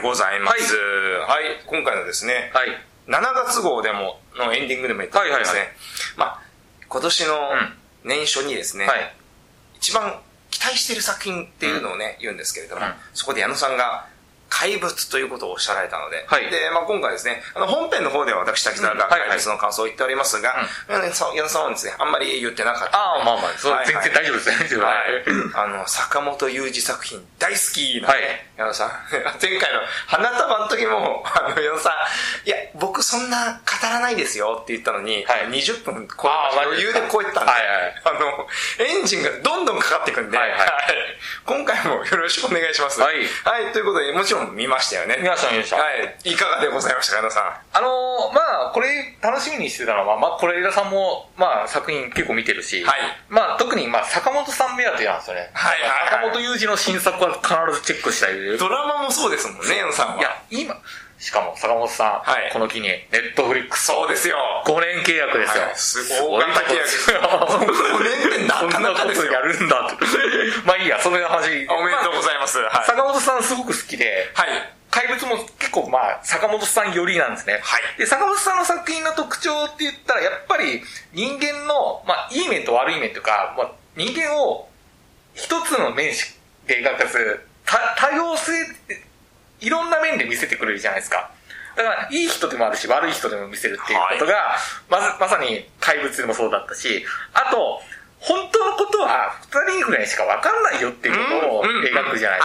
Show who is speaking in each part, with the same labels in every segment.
Speaker 1: ございます。はい。今回のですね、
Speaker 2: はい。
Speaker 1: 7月号でも、のエンディングでも言ったんですね、
Speaker 2: はいはいはい
Speaker 1: まあ、今年の
Speaker 2: ん
Speaker 1: 年初にですね、
Speaker 2: はい。
Speaker 1: 一番期待している作品っていうのをね、言うんですけれども、
Speaker 2: うん
Speaker 1: そこで矢野さんが、怪物ということをおっしゃられたので、
Speaker 2: はい
Speaker 1: で、まあ、今回ですね、あの、本編の方では私、滝沢が
Speaker 2: うんはいはい
Speaker 1: 怪物の感想を言っておりますが、うん矢野さんはですね、あんまり言ってなかった。
Speaker 2: ああ、まあまあ、そう
Speaker 1: はいはい
Speaker 2: 全然大丈夫です。大丈夫
Speaker 1: は
Speaker 2: です。
Speaker 1: い。あの、坂本雄二作品大好きな、ね
Speaker 2: はい
Speaker 1: 矢野さん。 前回の花束の時も、あの、矢野さん、いや、僕そんな語らないですよって言ったのに、
Speaker 2: はい
Speaker 1: 20分超
Speaker 2: あ
Speaker 1: え
Speaker 2: ー
Speaker 1: ま
Speaker 2: マ
Speaker 1: し余
Speaker 2: ジです
Speaker 1: 裕
Speaker 2: か
Speaker 1: で超えてたんで、
Speaker 2: はいはい
Speaker 1: あの、エンジンがどんどんかかっていくんで、
Speaker 2: はいはい
Speaker 1: 今回もよろしくお願いします。
Speaker 2: はい
Speaker 1: はい、ということで、もちろん見ましたよね。
Speaker 2: 見ました見ました
Speaker 1: はい。いかがでございましたか、矢野さん。
Speaker 2: あのーまあ、これ、楽しみにしてたのは、まあ、これ枝さんも、まあ、作品結構見てるし、
Speaker 1: はい
Speaker 2: まあ、特に、まあ、坂本さん目当てなんですよね。
Speaker 1: はいはいはい
Speaker 2: 坂本雄二の新作は必ずチェックしたい。い
Speaker 1: ドラマもそうですもんね、矢野さんは。
Speaker 2: や、今、しかも、坂本さん、
Speaker 1: はい
Speaker 2: この機に、ネットフリックス
Speaker 1: そうですよ。
Speaker 2: 5年契約ですよ。
Speaker 1: はいす
Speaker 2: す
Speaker 1: ご
Speaker 2: ご
Speaker 1: い
Speaker 2: い
Speaker 1: 大型契約ですよ
Speaker 2: ことですよ
Speaker 1: 5年ってなかなかですよ
Speaker 2: そんなことやるんだ って。まあいいや、その話。
Speaker 1: あおめでとうございます。は
Speaker 2: まあ
Speaker 1: い。
Speaker 2: 坂本さんすごく好きで、
Speaker 1: はい。
Speaker 2: 怪物も結構まあ、坂本さん寄りなんですね。
Speaker 1: はい
Speaker 2: で、坂本さんの作品の特徴って言ったら、やっぱり人間の、まあ、いい面と悪い面というか、まあ、人間を一つの面で描かず、た多様性って、いろんな面で見せてくれるじゃないですか。だから、いい人でもあるし、悪い人でも見せるっていうことが、まず、まさに怪物でもそうだったし、あと、本当のことは二人ぐらいしかわかんないよっていうことを描くじゃないですか。
Speaker 1: はいはいは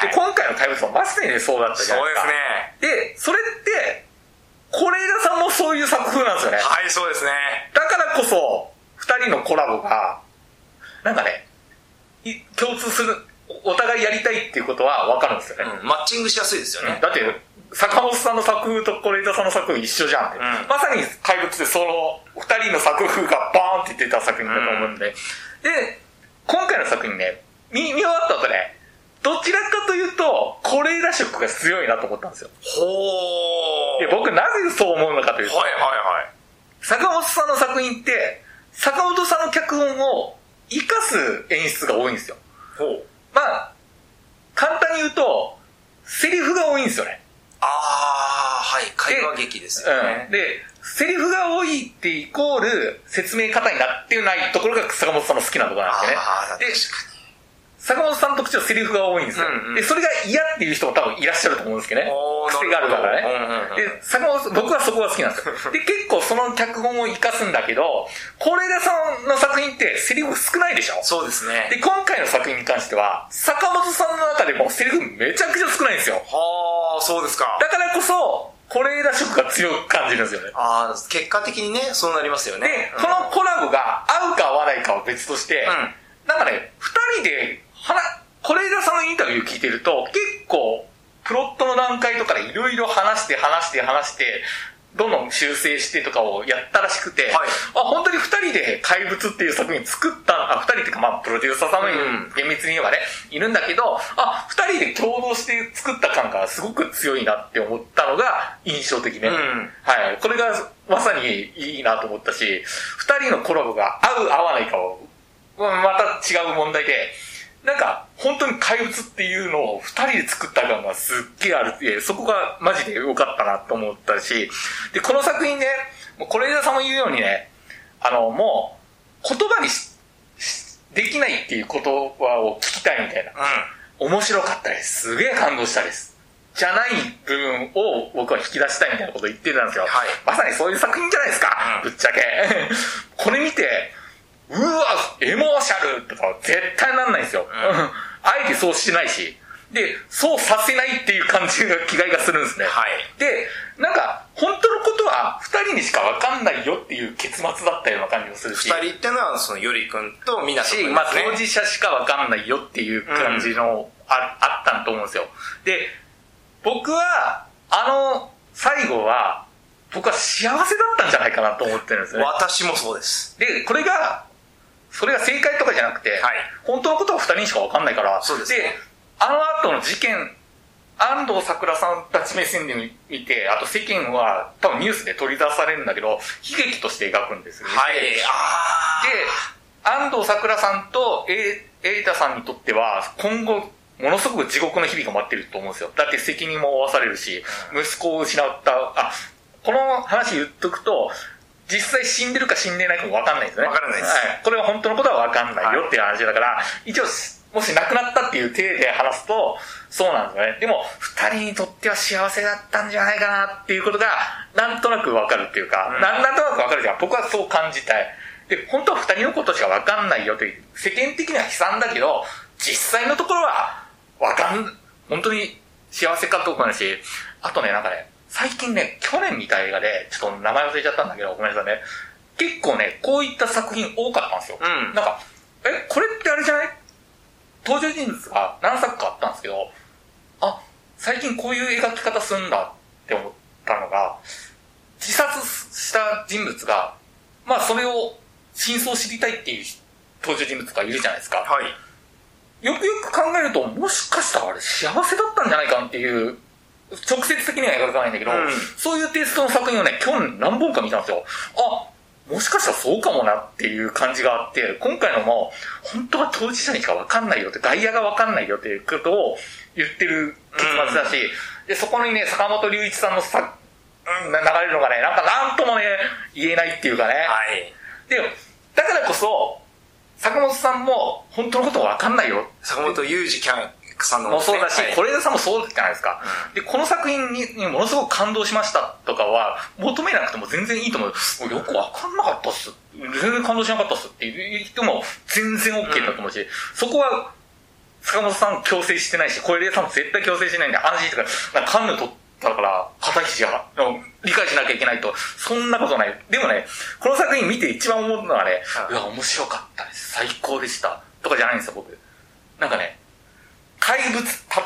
Speaker 1: い
Speaker 2: で、
Speaker 1: はい。
Speaker 2: 今回の怪物はまさにねそうだったじ
Speaker 1: そ
Speaker 2: ゃないうで
Speaker 1: ですす
Speaker 2: か。
Speaker 1: ね。
Speaker 2: で、それって、是枝さんもそういう作風なんですよね。
Speaker 1: はい、そうですね。
Speaker 2: だからこそ、二人のコラボが、なんかね、い共通する、おお互いやりたいっていうことはわかるんですよね。
Speaker 1: うんマッチングしやすいですよね。
Speaker 2: だって、坂本さんの作風と是枝さんの作風一緒じゃんって。
Speaker 1: うん
Speaker 2: まさに怪物でその二人の作風がバーンって出た作品だと思うんで。で、今回の作品ね、見見終わった後ね、どちらかというと、是枝色が強いなと思ったんですよ。
Speaker 1: ほー。
Speaker 2: で、僕なぜそう思うのかというと、
Speaker 1: はいはいはい。
Speaker 2: 坂本さんの作品って、坂本さんの脚本を活かす演出が多いんですよ。
Speaker 1: ほう。
Speaker 2: まあ、簡単に言うと、セリフが多いんですよね。
Speaker 1: あー、はい。会話劇ですよ
Speaker 2: う
Speaker 1: ね
Speaker 2: ん。。で、セリフが多いってイコール説明方になってないところが坂本さんの好きなところなんですよね。
Speaker 1: あー、確か
Speaker 2: で坂本さんの特徴はセリフが多いんですよ、
Speaker 1: うんうん
Speaker 2: で、それが嫌っていう人も多分いらっしゃると思うんですけどね
Speaker 1: に。。おー
Speaker 2: 癖があるからね。
Speaker 1: なるほどうんうんうん
Speaker 2: で、坂本さん、僕はそこが好きなんです よ。で、結構その脚本を活かすんだけど、是枝さんの作品ってセリフ少ないでしょ
Speaker 1: そうですね。
Speaker 2: で、今回の作品に関しては、坂本さんの中でもセリフめちゃくちゃ少ないんですよ。
Speaker 1: はー、そうですか。
Speaker 2: だからこそ、是枝色が強く感じるんですよね。
Speaker 1: あー、結果的にね、そうなりますよね。
Speaker 2: で、
Speaker 1: うん
Speaker 2: このコラボが合うか合わないかは別として、
Speaker 1: うん
Speaker 2: なんかね、二人で、はな、是枝さんのインタビュー聞いてると、結構、プロットの段階とかでいろいろ話して話して話して、どんどん修正してとかをやったらしくて、
Speaker 1: はい
Speaker 2: あ本当に二人で怪物っていう作品作った、あ、二人っていうかまあプロデューサーさんも
Speaker 1: うん
Speaker 2: 厳密に言えばね、いるんだけど、あ、二人で共同して作った感がすごく強いなって思ったのが印象的ね。
Speaker 1: うん
Speaker 2: はい。これがまさにいいなと思ったし、二人のコラボが合う合わないかを、まあまた違う問題で、なんか、本当に怪物っていうのを二人で作った感がすっげえあるって、そこがマジで良かったなと思ったし、で、この作品ね、もう、これさんも言うようにね、あの、もう、言葉にししできないっていう言葉を聞きたいみたいな。面白かったです。すげえ感動したです。じゃない部分を僕は引き出したいみたいなことを言ってたんですよ。
Speaker 1: はい
Speaker 2: まさにそういう作品じゃないですか。
Speaker 1: うん
Speaker 2: ぶっちゃけ。 これ見て、うわ、エモーシャルとかは絶対なんないんですよ。あえてそうしてないし。で、そうさせないっていう感じが、気概がするんですね。
Speaker 1: はい
Speaker 2: で、なんか、本当のことは二人にしかわかんないよっていう結末だったような感じもするし。
Speaker 1: うん。二人ってのは、その、よりくんとみなと
Speaker 2: し、
Speaker 1: くんですね。
Speaker 2: まあ、当事者しかわかんないよっていう感じの、ああったと思うんですよ。で、僕は、あの、最後は、僕は幸せだったんじゃないかなと思ってるんですよね。
Speaker 1: 私もそうです。
Speaker 2: で、これが、それが正解とかじゃなくて、
Speaker 1: はい
Speaker 2: 本当のことは二人にしかわかんないから、
Speaker 1: そうですね
Speaker 2: あの後の事件、安藤桜さんたち目線で見て、あと世間は多分ニュースで取り出されるんだけど、悲劇として描くんですよね。
Speaker 1: はい。あー。
Speaker 2: で、安藤サクラさんと瑛太さんにとっては、今後、ものすごく地獄の日々が待ってると思うんですよ。だって責任も負わされるし、息子を失った、あ、この話言っとくと、実際死んでるか死んでないかも分かんないですよね。
Speaker 1: 分からないです
Speaker 2: はこれは本当のことは分かんないよっていう話だから、一応、もし亡くなったっていう体で話すと、そうなんですよね。でも、二人にとっては幸せだったんじゃないかなっていうことが、なんとなく分かるっていうか、
Speaker 1: うん
Speaker 2: なんなんとなく分かるじゃん。僕はそう感じたい。で、本当は二人のことしか分かんないよという、世間的には悲惨だけど、実際のところは、わかん、本当に幸せかどうかだし、あとね、なんかね、最近ね、去年見た映画で、ちょっと名前忘れちゃったんだけど、ごめんなさいね。結構ね、こういった作品多かったんですよ。
Speaker 1: うん
Speaker 2: なんか、え、これってあれじゃない登場人物が何作かあったんですけど、あ、最近こういう描き方すんだって思ったのが、自殺した人物が、まあそれを真相を知りたいっていう登場人物がいるじゃないですか。
Speaker 1: はい。
Speaker 2: よくよく考えると、もしかしたらあれ幸せだったんじゃないかっていう、直接的には描かないんだけど、
Speaker 1: うん
Speaker 2: そういうテイストの作品をね、今日何本か見たんですよ。あ、もしかしたらそうかもなっていう感じがあって、今回のも、本当は当事者にしかわかんないよって、外野がわかんないよっていうことを言ってる結末だし、で、そこにね、坂本龍一さんのさ、うん、な流れるのがね、なんかなんともね、言えないっていうかね。
Speaker 1: はい。
Speaker 2: で、だからこそ、坂本さんも本当のことわかんないよ
Speaker 1: 坂本雄二キャンさんの
Speaker 2: もそうだし、
Speaker 1: はい
Speaker 2: 是枝さんもそうじゃないですか。で、この作品ににものすごく感動しましたとかは、求めなくても全然いいと思う。もうよくわかんなかったっす。全然感動しなかったっすって言っても、全然 OK だと思うし、そこは、坂本さん強制してないし、小枝さんも絶対強制しないんで、安心とから、なんかカンヌ取ったから、肩肘が、理解しなきゃいけないと、そんなことない。でもね、この作品見て一番思うのはね、
Speaker 1: はいう
Speaker 2: わ、面白かったです。最高でした。とかじゃないんですよ、僕。なんかね、怪物、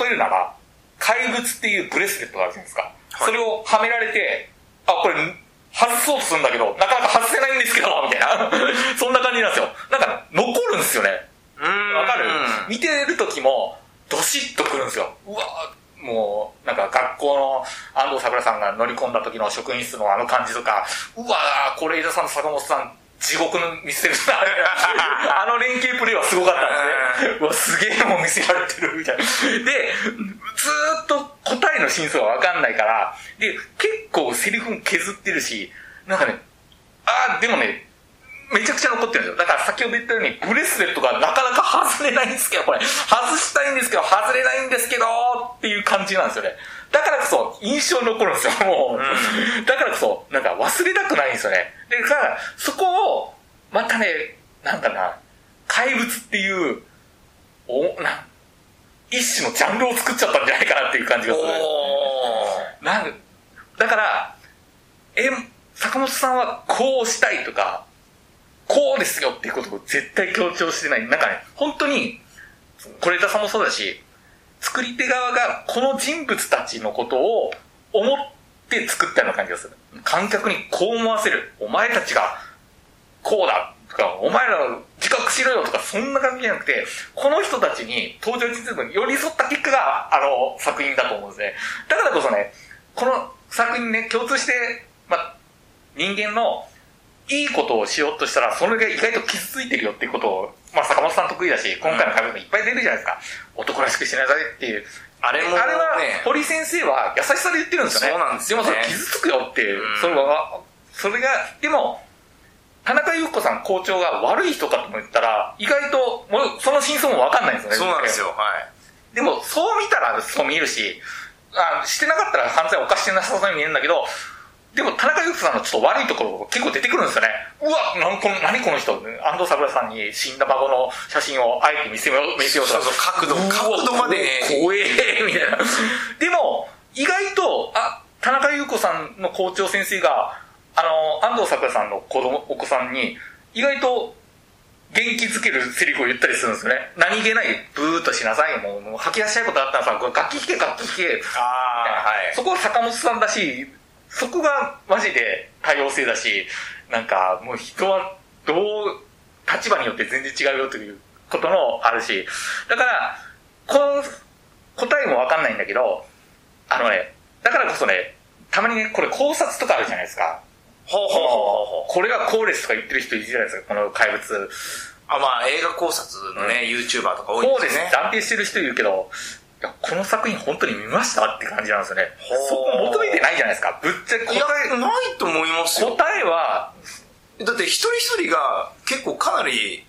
Speaker 2: 例えるなら、怪物っていうブレスレットがあるじゃないですか。
Speaker 1: はい
Speaker 2: それをはめられて、あ、これ、外そうとするんだけど、なかなか外せないんですけど、みたいな。 そんな感じなんですよ。なんか、残るんですよね。
Speaker 1: うーん
Speaker 2: わかる見てる時も、どしっとくるんですよ。うわもう、なんか学校の安藤桜さんが乗り込んだ時の職員室のあの感じとか、うわー、これ枝さんと坂本さん、地獄の見せるな。あの連携プレーはすごかったですね。うわ、すげえもん見せられてる、みたいな。で、ずーっと答えの真相がわかんないから、で、結構セリフも削ってるし、なんかね、あー、でもね、めちゃくちゃ残ってるんですよ。だから先ほど言ったように、ブレスレットがなかなか外れないんですけど、これ、外したいんですけど、外れないんですけど、っていう感じなんですよね。だからこそ、印象に残るんですよ、もう。だからこそ、なんか忘れたくないんですよね。で、だから、そこを、またね、なんかな、怪物っていう、お、なん、一種のジャンルを作っちゃったんじゃないかなっていう感じがする。
Speaker 1: お
Speaker 2: なんかだから、え、坂本さんはこうしたいとか、こうですよっていうことを絶対強調してない。なんかね、本当に、これ枝さんもそうだし、作り手側がこの人物たちのことを思って作ったような感じがする。観客にこう思わせる。お前たちがこうだとか、お前ら自覚しろよとか、そんな感じじゃなくて、この人たちに登場人物に寄り添った結果が、あの、作品だと思うんですね。だからこそね、この作品ね、共通して、まあ、人間のいいことをしようとしたら、それが意外と傷ついてるよっていうことを、まあ、坂本さん得意だし、今回の壁もいっぱい出るじゃないですか。男らしくしなさいっていう。
Speaker 1: あれも
Speaker 2: あれは
Speaker 1: ね、
Speaker 2: 堀先生は優しさで言ってるんですよね。
Speaker 1: そうなんですよね
Speaker 2: もそれ傷つくよっていう
Speaker 1: うん
Speaker 2: それは、それが、でも、田中裕子さん校長が悪い人かと思ったら、意外と、もうその真相もわかんないんですよね。
Speaker 1: そうなんですよ。はい。
Speaker 2: でも、そう見たらそう見えるし、あしてなかったら犯罪を犯してなさそうに見えるんだけど、でも田中裕子さんのちょっと悪いところが結構出てくるんですよね。うわ、なんこの何この人、安藤桜さんに死んだ孫の写真をあえて見せよう、見せようとか。
Speaker 1: そうそう角度
Speaker 2: うわ
Speaker 1: 角度まで
Speaker 2: 怖え、みたいな。でも、意外と、あ、田中裕子さんの校長先生が、あの、安藤桜さんの子供、お子さんに、意外と元気づけるセリフを言ったりするんですよね。何気ない、ブーっとしなさいよ、もう、もう吐き出したいことあったらさ、これ楽器弾け、楽器弾け。
Speaker 1: ああ、はい。
Speaker 2: そこは坂本さんだし、そこがマジで多様性だし、なんかもう人はどう、立場によって全然違うよということのあるし、だから、この答えもわかんないんだけど、あのね、だからこそね、たまにね、これ考察とかあるじゃないですか。
Speaker 1: ほうほうほうほうほ
Speaker 2: これはこうですとか言ってる人いるじゃないですか、この怪物。
Speaker 1: あまあ、映画考察のね、YouTuber とか多い
Speaker 2: そ
Speaker 1: ん
Speaker 2: う
Speaker 1: で
Speaker 2: ですす
Speaker 1: よね
Speaker 2: ね。。断定してる人いるけど、いや、この作品本当に見ましたって感じなんですよね
Speaker 1: ほう。
Speaker 2: そこ求めてないじゃないですか。ぶっちゃけ答
Speaker 1: いや、ないと思います
Speaker 2: え、
Speaker 1: よ。
Speaker 2: 答えは、
Speaker 1: だって一人一人が結構かなり違い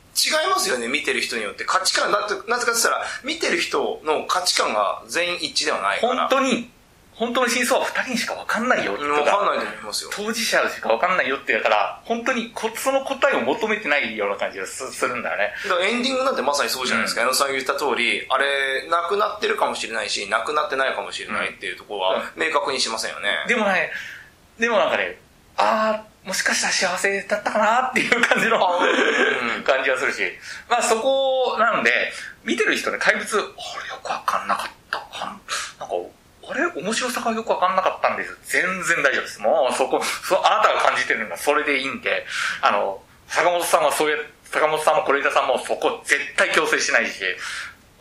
Speaker 1: ますよね、見てる人によって。価値観、なぜなぜかって言ったら、見てる人の価値観が全員一致ではないから。
Speaker 2: 本当に、本当の真相は二人にしかわかんないよと
Speaker 1: うんわかんな
Speaker 2: か、
Speaker 1: いと思いますよ。
Speaker 2: 当事者しかわかんないよってだから、本当にこその答えを求めてないような感じがすするんだよね。
Speaker 1: だからエンディングなんてまさにそうじゃないですか。矢野さんが言った通り、あれ、なくなってるかもしれないし、なくなってないかもしれないっていうところは明確にしませんよね。
Speaker 2: でもね、でもなんかね、あー、もしかしたら幸せだったかなっていう感じの
Speaker 1: あうん
Speaker 2: 感じがするし、まあそこなんで、見てる人ね、怪物、あれよくわかんなかった。あなんか、あれ面白さがよくわかんなかったんです。全然大丈夫です。もうそこ、そうあなたが感じてるのはそれでいいんで、あの、坂本さんはそうや、坂本さんも是枝さんもそこ絶対強制しないし、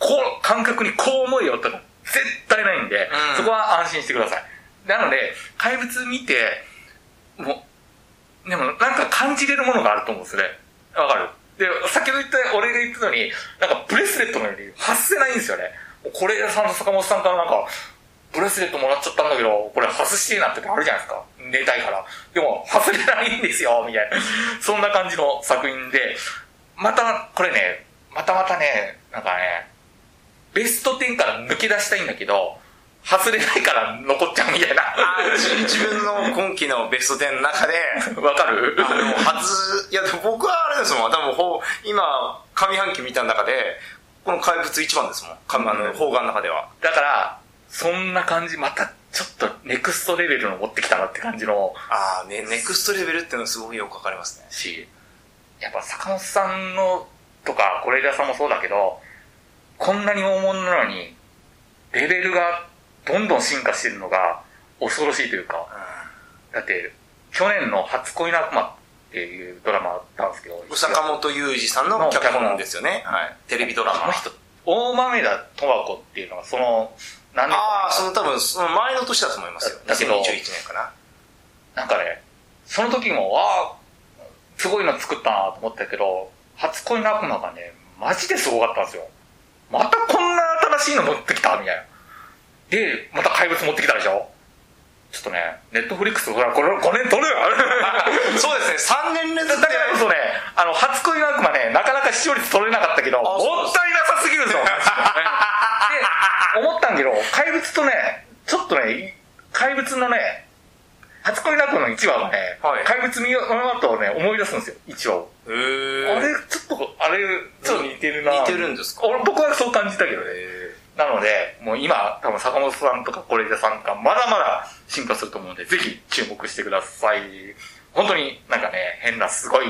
Speaker 2: こう、感覚にこう思えよってのは絶対ないんで、
Speaker 1: うん
Speaker 2: そこは安心してください。なので、怪物見て、もう、でもなんか感じれるものがあると思うんですよね。わかるで、先ほど言った、俺が言ってたのに、なんかブレスレットのように外せないんですよね。もうこれさんと坂本さんからなんか、ブレスレットもらっちゃったんだけど、これ外してえなってあるじゃないですか。寝たいから。でも、外れないんですよ、みたいな。そんな感じの作品で、また、これね、またまたね、なんかね、ベスト10から抜け出したいんだけど、外れないから残っちゃうみたいな。
Speaker 1: あー自自分の今期のベスト10の中で、
Speaker 2: わかる
Speaker 1: あの、初、いや、でも僕はあれですもん。多分、ほう今、上半期見た中で、この怪物一番ですもん。かあの、邦画の中では。
Speaker 2: だから、そんな感じ、またちょっとネクストレベルの持ってきたなって感じの
Speaker 1: ああ、ね、ネクストレベルっていうのはすごくよくわかりますね。
Speaker 2: し、やっぱ坂本さんのとか、是枝さんもそうだけど、こんなに大物なのに、レベルがどんどん進化してるのが恐ろしいというか、だって、去年の初恋の悪魔っていうドラマあったんですけど、
Speaker 1: うん。坂本雄二さんの脚本ですよね。はい。テレビドラ
Speaker 2: あ
Speaker 1: マ
Speaker 2: の。人、大豆田十和子っていうのは、その、何年
Speaker 1: あ
Speaker 2: か
Speaker 1: あ、その多分、その前の年だと思いますよ。
Speaker 2: だけ
Speaker 1: 2021
Speaker 2: ど
Speaker 1: 年かな。
Speaker 2: なんかね、その時も、わあ、すごいの作ったなと思ったけど、初恋の悪魔がね、マジですごかったんですよ。またこんな新しいの持ってきたみたいな。で、また怪物持ってきたでしょちょっとね、ネットフリックス、ほら、これ5年取るよ
Speaker 1: そうですね、3年連
Speaker 2: だ
Speaker 1: 続
Speaker 2: か
Speaker 1: で。
Speaker 2: らこそね、あの、初恋の悪魔ね、なかなか視聴率取れなかったけど、もっ
Speaker 1: そうです
Speaker 2: たいなさすぎる ぞで、思ったんけど、怪物とね、ちょっとね、怪物のね、初恋の悪魔の1話はね、
Speaker 1: はい
Speaker 2: 怪物見よその後ね、思い出すんですよ、1話を。
Speaker 1: へ
Speaker 2: あ
Speaker 1: え。
Speaker 2: れ、ちょっと、あれ、ちょっと似てるな
Speaker 1: 似てるんですか
Speaker 2: 俺、僕はそう感じたけどね。
Speaker 1: へ
Speaker 2: なので、もう今、多分坂本さんとか是枝さんがまだまだ進化すると思うので、ぜひ注目してください。本当になんかね、変なすごい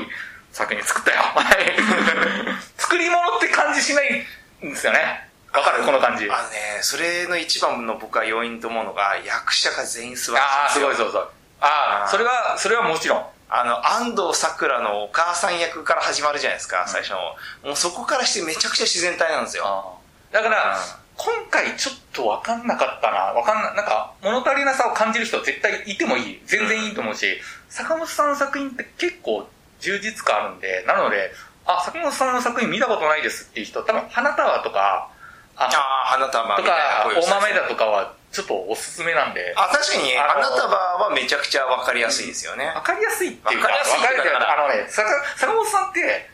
Speaker 2: 作品作ったよ。 はい作り物って感じしないんですよね。わかるこの感じ。
Speaker 1: ー
Speaker 2: あ
Speaker 1: あのね、それの一番の僕は要因と思うのが、役者が全員素晴ら
Speaker 2: あー、
Speaker 1: しいんですよ。
Speaker 2: ごいそうそう。あ
Speaker 1: あー
Speaker 2: あ、それは、それはもちろん。
Speaker 1: あの、安藤サクラのお母さん役から始まるじゃないですか、最初の。もうそこからしてめちゃくちゃ自然体なんですよ。
Speaker 2: だから
Speaker 1: うん、
Speaker 2: 今回ちょっとわかんなかったな。わかんな、なんか、物足りなさを感じる人絶対いてもいい。全然いいと思うし、坂本さんの作品って結構充実感あるんで、なので、あ、坂本さんの作品見たことないですっていう人、多分、花束とか、あ、
Speaker 1: ああ、花束
Speaker 2: と
Speaker 1: みたいな
Speaker 2: か、
Speaker 1: 声を
Speaker 2: お
Speaker 1: した
Speaker 2: 豆だとかは、ちょっとおすすめなんで、
Speaker 1: あ、確かに、
Speaker 2: あの
Speaker 1: 花束はめちゃくちゃわかりやすいですよね。
Speaker 2: わかりやすいっていうか、
Speaker 1: わかりやすいっていうか
Speaker 2: わかるあのね、坂坂本さんって、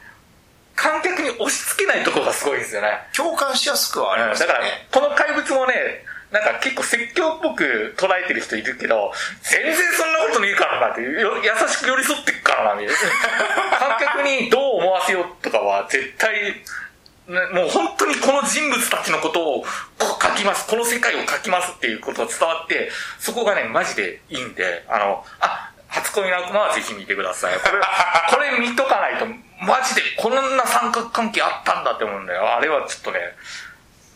Speaker 2: 観客に押し付けないとこがすごいんですよね。
Speaker 1: 共感しやすくはあり
Speaker 2: う
Speaker 1: ま
Speaker 2: ん
Speaker 1: す
Speaker 2: だ
Speaker 1: よ
Speaker 2: から
Speaker 1: ね。、
Speaker 2: この怪物もね、なんか結構説教っぽく捉えてる人いるけど、全然そんなことねえからなって、よ優しく寄り添ってっからな、みたいな。観客にどう思わせようとかは絶対、ねもう本当にこの人物たちのことをこう書きます、この世界を書きますっていうことが伝わって、そこがね、マジでいいんで、あの、あ、初恋の悪魔はぜひ見てください。これ、これ見とかないと、マジでこんな三角関係あったんだって思うんだよ。あれはちょっとね、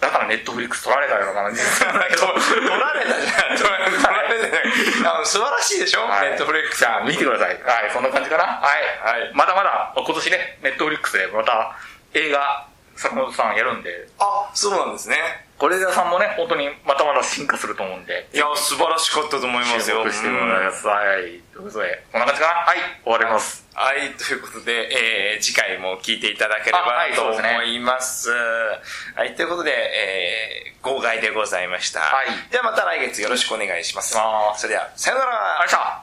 Speaker 2: だからネットフリックス取られたような感じ です よね。
Speaker 1: 取られたじゃん。取られたじゃん。あの素晴らしいでしょ、
Speaker 2: はい
Speaker 1: ネットフレックス。
Speaker 2: じゃあ見てください。はい、そんな感じかな。はい。
Speaker 1: はい
Speaker 2: まだまだ、今年ね、ネットフリックスでまた映画、坂本さんやるんで、
Speaker 1: あ、そうなんですね。
Speaker 2: これさんもね、本当にまたまた進化すると思うんで、
Speaker 1: いや、素晴らしかったと思います
Speaker 2: 注
Speaker 1: よ。
Speaker 2: 目してもらいます。はい。ということで、こんな感じかなはい。終わります。
Speaker 1: はい、ということで、えー、次回も聞いていただければ
Speaker 2: あはい
Speaker 1: なと
Speaker 2: そうですね
Speaker 1: 思います。はい、ということで、えー、号外でございました。
Speaker 2: はい
Speaker 1: ではまた来月よろしくお願いします。
Speaker 2: お願いします
Speaker 1: それでは、さようなら。
Speaker 2: ありがとうございました。